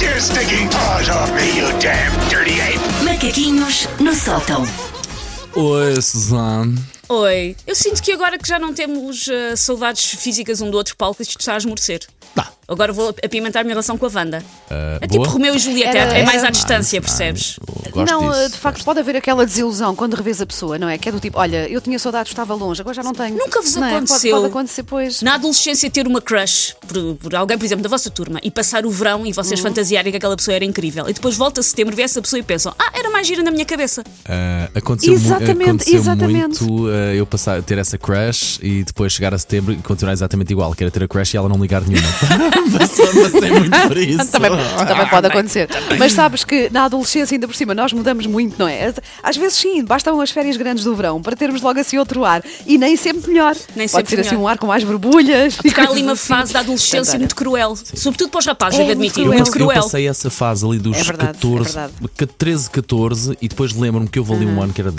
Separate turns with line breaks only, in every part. your stinking paws off me, you damn dirty ape!
Macaquinhos no sótão.
Oi, Suzanne.
Oi. Eu sinto que agora que já não temos ah, saudades físicas um do outro, Paulo, que isto está a esmorecer.
Tá.
Agora vou apimentar a minha relação com a Wanda. é
boa.
tipo Romeu e Julieta,
Era-
é mais à
era-
Nice,
distância, percebes?
nice. Eu Gosto
Ah, não,
disso.
eh, de facto, pode haver aquela desilusão quando revês a pessoa, não é? Que é do tipo, olha, eu tinha saudades, estava longe, agora já não tenho.
Nunca vos
Não é? Pode-
aconteceu.
Pode, acontecer, pois.
Na adolescência, ter uma crush por, por alguém, por exemplo, da vossa turma, e passar o verão e
Uhum.
vocês fantasiarem que aquela pessoa era incrível. E depois volta a setembro, vê essa pessoa e pensam: Ah, era mais gira na minha cabeça.
Ah, aconteceu mu-
Exatamente,
aconteceu
exatamente.
muito ah, eu passar, ter essa crush e depois chegar a setembro e continuar exatamente igual. Quero ter a crush e ela não ligar nenhuma. passei, passei muito por isso.
Também, também pode acontecer. Mas sabes que na adolescência, ainda por cima, nós mudamos muito, não é? Às vezes sim, bastam as férias grandes do verão para termos logo assim outro ar. E nem sempre melhor.
Nem
pode
sempre
ser assim
melhor.
um ar com mais borbulhas. e
Porque há ali
coisas
uma
assim.
fase da adolescência
Portanto,
muito cruel. Sobretudo para os rapazes,
É
tenho de
muito
admitir.
cruel.
Muito
Eu
cruel.
passei essa fase ali dos
É verdade, é
14,
verdade.
13, 14 e depois lembro-me que houve ali um ano que era 11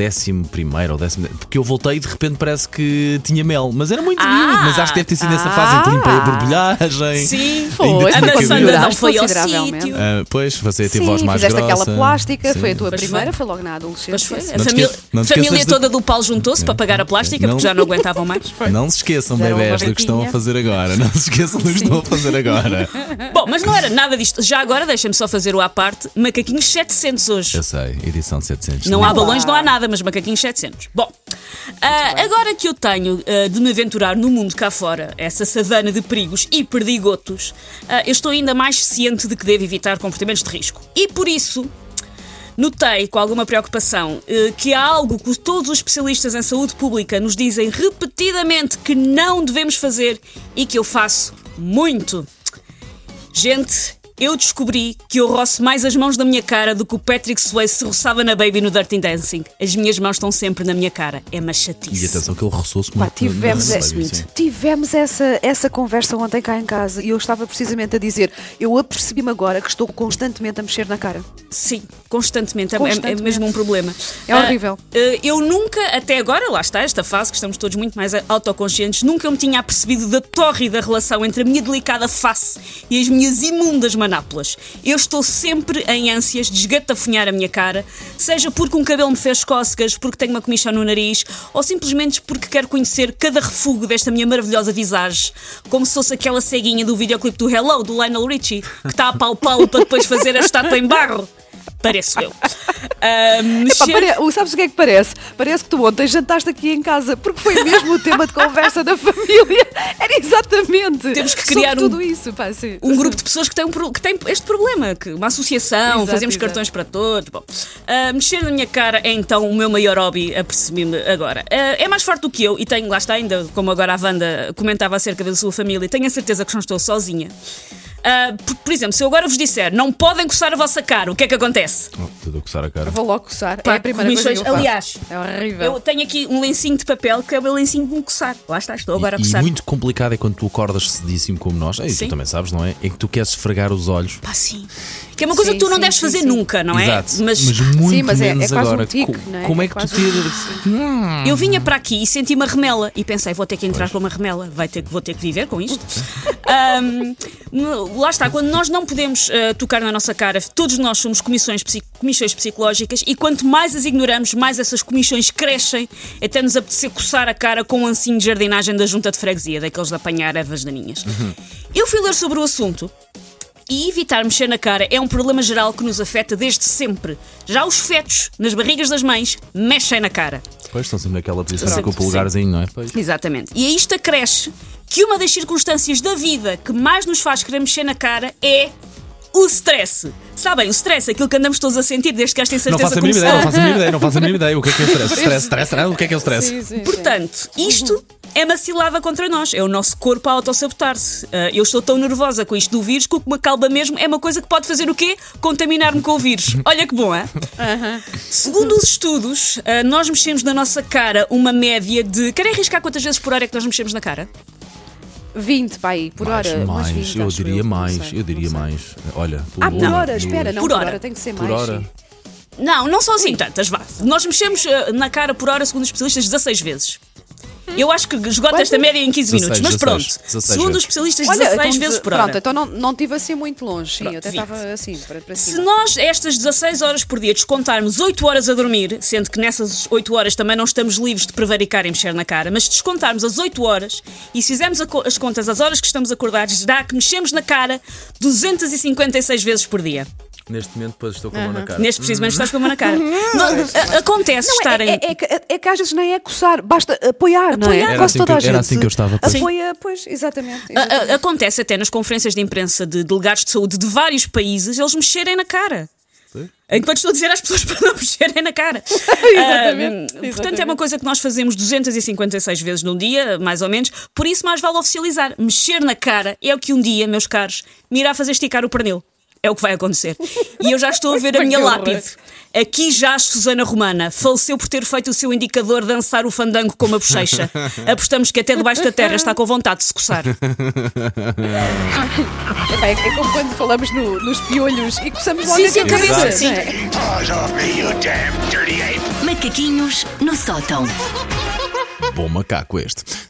ou 10 porque eu voltei e de repente parece que tinha mel, mas era muito
Ah!
miúdo, mas acho que deve ter sido nessa fase em que limpei a borbulhagem.
Sim,
Ainda
Foi,
tive
A
foi
cabelo.
maçã
considerado.
não foi ao
consideravelmente.
sítio.
Ah, pois, você teve voz
Sim,
mais
fizeste
grossa.
aquela plástica,
Sim.
foi a tua
Mas foi.
primeira, foi logo na
Mas
adolescência.
foi. é
sim.
A
te
família,
esque- não te
a família
esqueças de-
toda do Paulo juntou-se para pagar a plástica
Não-
porque já não aguentavam mais.
Não se esqueçam,
Fizeram uma
bebés, do que estão a
barraquinha.
fazer agora. Não se esqueçam do que estão a fazer agora.
Bom, mas não era nada disto. Já agora deixem-me só fazer o à parte. Macaquinhos 700 hoje.
Eu sei, edição 700.
Não há balões, não há nada, mas macaquinhos 700. Bom, ah, agora que eu tenho ah, de me aventurar no mundo cá fora, essa savana de perigos e perdigotos, ah, eu estou ainda mais ciente de que devo evitar comportamentos de risco. E por isso. Notei com alguma preocupação eh, que há algo que todos os especialistas em saúde pública nos dizem repetidamente que não devemos fazer e que eu faço muito. Gente, eu descobri que eu roço mais as mãos da minha cara do que o Patrick Swayze se roçava na Baby no Dirty Dancing. As minhas mãos estão sempre na minha cara. É uma
E
chatice.
atenção que ele roçou-se
Pá,
muito.
tivemos,
Não, não
é-
sei, sim.
tivemos essa, essa conversa ontem cá em casa e eu estava precisamente a dizer: eu apercebi-me agora que estou constantemente a mexer na cara.
Sim, constantemente. É- é- É,
Constantemente.
mesmo um problema.
É
Ah,
horrível.
ah, eu nunca, até agora, lá está, esta fase que estamos todos muito mais autoconscientes, nunca me tinha apercebido da tórrida relação entre a minha delicada face e as minhas imundas manápolas. Eu estou sempre em ânsias de esgatafunhar a minha cara, seja porque um cabelo me fez cócegas, porque tenho uma comichão no nariz, ou simplesmente porque quero conhecer cada refugo desta minha maravilhosa visagem, como se fosse aquela ceguinha do videoclipe do Hello, do Lionel Richie, que está a palpá-lo para depois fazer a estátua em barro. Pareço eu. Ah,
Pá,
mexer-
pare- o- sabes o que é que parece? Parece que tu ontem jantaste aqui em casa, porque foi mesmo o tema de conversa da família. Era exatamente.
Temos que criar
sobre
um-
tudo isso, pá, sim.
um grupo de pessoas que têm, um pro- que têm este problema, que uma associação,
é. Exato,
fazemos
exato.
cartões para todos. Bom, ah, mexer na minha cara é então o meu maior hobby, apercebi-me agora. Ah, é mais forte do que eu e tenho, lá está ainda, como agora a Wanda comentava acerca da sua família, tenho a certeza que não estou sozinha. Ah, por, por exemplo, se eu agora vos disser não podem coçar a vossa cara, o que é que acontece?
Oh, Tudo a coçar a cara.
Vou logo coçar.
Pá,
é a primeira coisa que eu
comichões.
faço.
Aliás,
é horrível.
Eu tenho aqui um lencinho de papel que é o meu lencinho de me coçar. Lá está, estou agora a
e, e
coçar.
muito complicado é quando tu acordas cedíssimo como nós, é isso
Sim.
tu também sabes, não é? É que tu queres esfregar os olhos.
Pá, sim. Que é uma coisa
Sim,
que tu não
sim,
deves
sim,
fazer
sim.
nunca, não é?
Exato. muito
Sim, mas é- é
menos
quase um
agora.
tique,
Co-
não é?
Como é
É
que tu
quase
te.
Eu vinha para aqui e senti-me a remela e pensei, vou ter que entrar com uma remela, vai ter, que- vou ter que viver com isto. Ahm, no- lá está, quando nós não podemos ah, tocar na nossa cara, todos nós somos comissões, psi- comissões psicológicas e quanto mais as ignoramos, mais essas comissões crescem até nos apetecer coçar a cara com um ancinho de jardinagem da junta de freguesia, daqueles de apanhar ervas daninhas. Eu fui ler sobre o assunto e evitar mexer na cara é um problema geral que nos afeta desde sempre. Já os fetos, nas barrigas das mães, mexem na cara.
Pois estão sempre naquela posição
Pronto,
com o
sim.
polegarzinho, não é? Pois.
Exatamente. E a isto acresce que uma das circunstâncias da vida que mais nos faz querer mexer na cara é o stress. Sabem, o stress, aquilo que andamos todos a sentir desde que esta
Não
incerteza
faço a mínima ideia,
começou.
não faço a mínima ideia, não faço a mínima ideia. O que é que é stress? stress, stress, stress. O que é que é o stress?
Portanto, isto é uma cilada contra nós. É o nosso corpo a autossabotar-se. Ah, eu estou tão nervosa com isto do vírus que o que me acalma mesmo é uma coisa que pode fazer o quê? Contaminar-me com o vírus. Olha que bom, é? Segundo os estudos, ah, nós mexemos na nossa cara uma média de. Querem arriscar quantas vezes por hora é que nós mexemos na cara?
20, pá, aí, por
mais,
hora. umas
mais,
20,
eu
acho
diria
não
mais,
sei,
eu diria
não sei.
mais. Olha, pelo
Ah, por
olho,
hora,
pelo
espera,
olho.
não,
Por
por
hora.
hora, tem que ser mais.
Por hora.
sim.
eh, Não, não são assim tantas, vá. Nós mexemos ah, na cara por hora, segundo os especialistas, 16 vezes. Eu acho que esgota
Quanto?
esta média em 15 minutos,
16,
mas pronto.
16, 16
segundo
vezes.
os especialistas,
Olha,
16
então,
vezes por
pronto,
hora.
então não, não estive assim muito longe. Sim, eu até
vinte.
estava assim, para, para
Se
cima.
nós estas 16 horas por dia descontarmos 8 horas a dormir, sendo que nessas 8 horas também não estamos livres de prevaricar e mexer na cara, mas se descontarmos as 8 horas e se fizermos a co- as contas às horas que estamos acordados, dá que mexemos na cara 256 vezes por dia.
Neste momento, depois estou com a mão na cara.
Neste preciso momento estás com a mão na cara. Não, a- acontece
Uhum. Não,
estarem.
é, é, é, que- é que às vezes nem é coçar, basta apoiar, não é?
Apoiar. Era
Quase
assim
toda
que-
a
era
gente
assim que eu estava, pois.
Apoia, pois, exatamente. exatamente.
A- a- Ah, acontece até nas conferências de imprensa de delegados de saúde de vários países eles mexerem na cara. Enquanto estou a dizer às pessoas para não mexerem na cara.
Exatamente,
Ah, portanto,
exatamente.
é uma coisa que nós fazemos 256 vezes num dia, mais ou menos, por isso mais vale oficializar. Mexer na cara é o que um dia, meus caros, me irá fazer esticar o pernil. É o que vai acontecer. E eu já estou a ver a minha
Que horror.
lápide. Aqui jaz Susana Romana. Faleceu por ter feito o seu indicador dançar o fandango com uma bochecha. Apostamos que até debaixo da terra está com vontade de se coçar.
Epá, É, é como quando falamos no- nos piolhos e coçamos logo
Sim,
a
sim, a
cabeça.
cabeça, sim.
não é?
Paws off me, you damn dirty ape!
Macaquinhos no sótão.
Bom macaco este.